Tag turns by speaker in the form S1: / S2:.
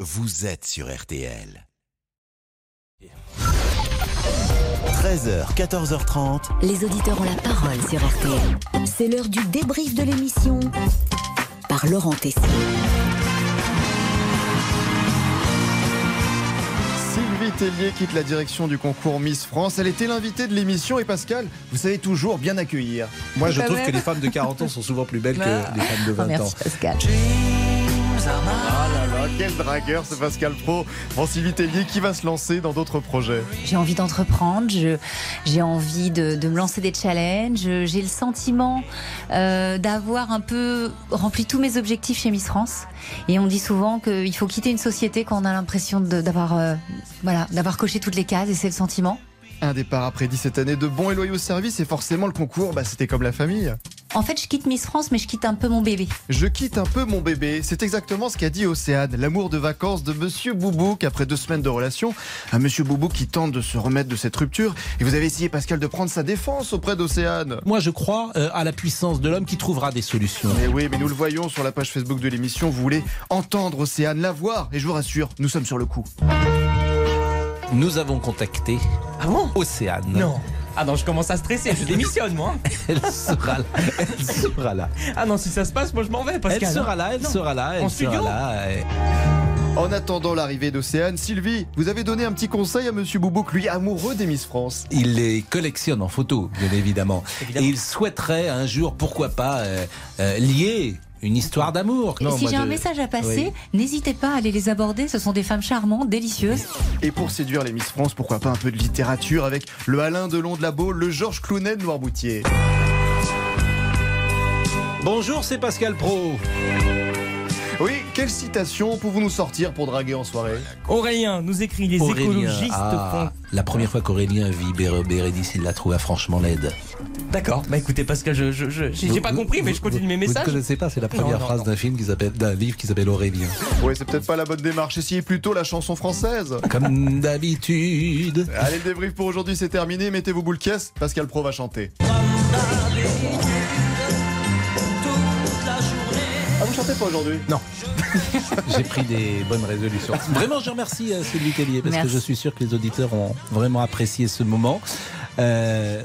S1: vous êtes sur RTL. 13h, 14h30.
S2: Les auditeurs ont la parole sur RTL. C'est l'heure du débrief de l'émission par Laurent Tessier.
S3: Sylvie Tellier quitte la direction du concours Miss France. Elle était l'invitée de l'émission et Pascal, vous savez toujours bien accueillir.
S4: Moi, je
S5: Pas
S4: trouve
S5: vrai.
S4: que les femmes de 40 ans sont souvent plus belles
S5: Bah.
S4: que les femmes de 20 ans.
S2: Merci Pascal.
S3: Ah là là, quel dragueur ce Pascal Pro. Bon, Sylvie Tellier qui va se lancer dans d'autres projets.
S6: J'ai envie d'entreprendre, je- j'ai envie de, de me lancer des challenges, euh, j'ai le sentiment euh, d'avoir un peu rempli tous mes objectifs chez Miss France. Et on dit souvent qu'il faut quitter une société quand on a l'impression de- d'avoir euh, voilà, d'avoir coché toutes les cases et c'est le sentiment.
S3: Un départ après 17 années de bons et loyaux services et forcément le concours, bah, c'était comme la famille.
S6: En fait, je quitte Miss France, mais je quitte un peu mon bébé.
S3: Je quitte un peu mon bébé. C'est exactement ce qu'a dit Océane, l'amour de vacances de Monsieur Boubouk après deux semaines de relation. Un Monsieur Boubouk qui tente de se remettre de cette rupture. Et vous avez essayé, Pascal, de prendre sa défense auprès d'Océane.
S4: Moi, je crois euh, à la puissance de l'homme qui trouvera des solutions.
S3: Mais oui, mais nous le voyons sur la page Facebook de l'émission. Vous voulez entendre Océane, la voir. Et je vous rassure, nous sommes sur le coup.
S4: Nous avons contacté
S5: Ah bon
S4: Océane.
S5: Non. Ah non, je commence à stresser, je démissionne moi.
S4: Elle sera là. Elle sera là.
S5: Ah non, si ça se passe, moi je m'en vais, Pascal. hein.
S4: Elle sera là, elle
S5: Non.
S4: sera là, elle
S5: En
S4: sera
S5: studio
S4: là. euh, Et-
S3: En attendant l'arrivée d'Océane, Sylvie, vous avez donné un petit conseil à Monsieur Boubouk, lui amoureux des Miss France.
S4: Il les collectionne en photo, bien évidemment.
S5: Évidemment.
S4: Et il souhaiterait un jour, pourquoi pas, euh, euh, lier une histoire d'amour. Non,
S6: si
S4: moi,
S6: j'ai un
S4: je-
S6: message à passer,
S4: Oui.
S6: n'hésitez pas à aller les aborder, ce sont des femmes charmantes, délicieuses.
S3: Et pour séduire les Miss France, pourquoi pas un peu de littérature avec le Alain Delon de la Baule, le Georges Clounet de Noirmoutier.
S4: Bonjour, c'est Pascal Pro.
S3: Oui, quelle citation pouvons-nous sortir pour draguer en soirée
S5: Aurélien nous écrit les écologistes
S4: Ah, la première fois qu'Aurélien vit Bé- Bérénice, il la trouva franchement laide.
S5: font. D'accord, bah écoutez, Pascal, je, je, je- j'ai j'ai pas
S4: Vous-
S5: compris, mais
S4: vous-
S5: je continue
S4: vous-
S5: mes
S4: Vous ne
S5: messages.
S4: connaissez pas, c'est la
S5: Non,
S4: première
S5: non,
S4: phrase
S5: non.
S4: d'un film qui s'appelle, d'un livre qui s'appelle Aurélien.
S3: Oui, c'est peut-être pas la bonne démarche. Essayez plutôt la chanson française.
S4: Comme d'habitude.
S3: Allez, le débrief pour aujourd'hui, c'est terminé. Mettez vos boules caisses. Pascal Pro va chanter. Ah, vous chantez pas aujourd'hui
S4: J'ai pris des bonnes résolutions. Vraiment, je remercie euh, Sylvie Tellier parce que
S6: Merci.
S4: je suis sûr que les auditeurs ont vraiment apprécié ce moment. Euh,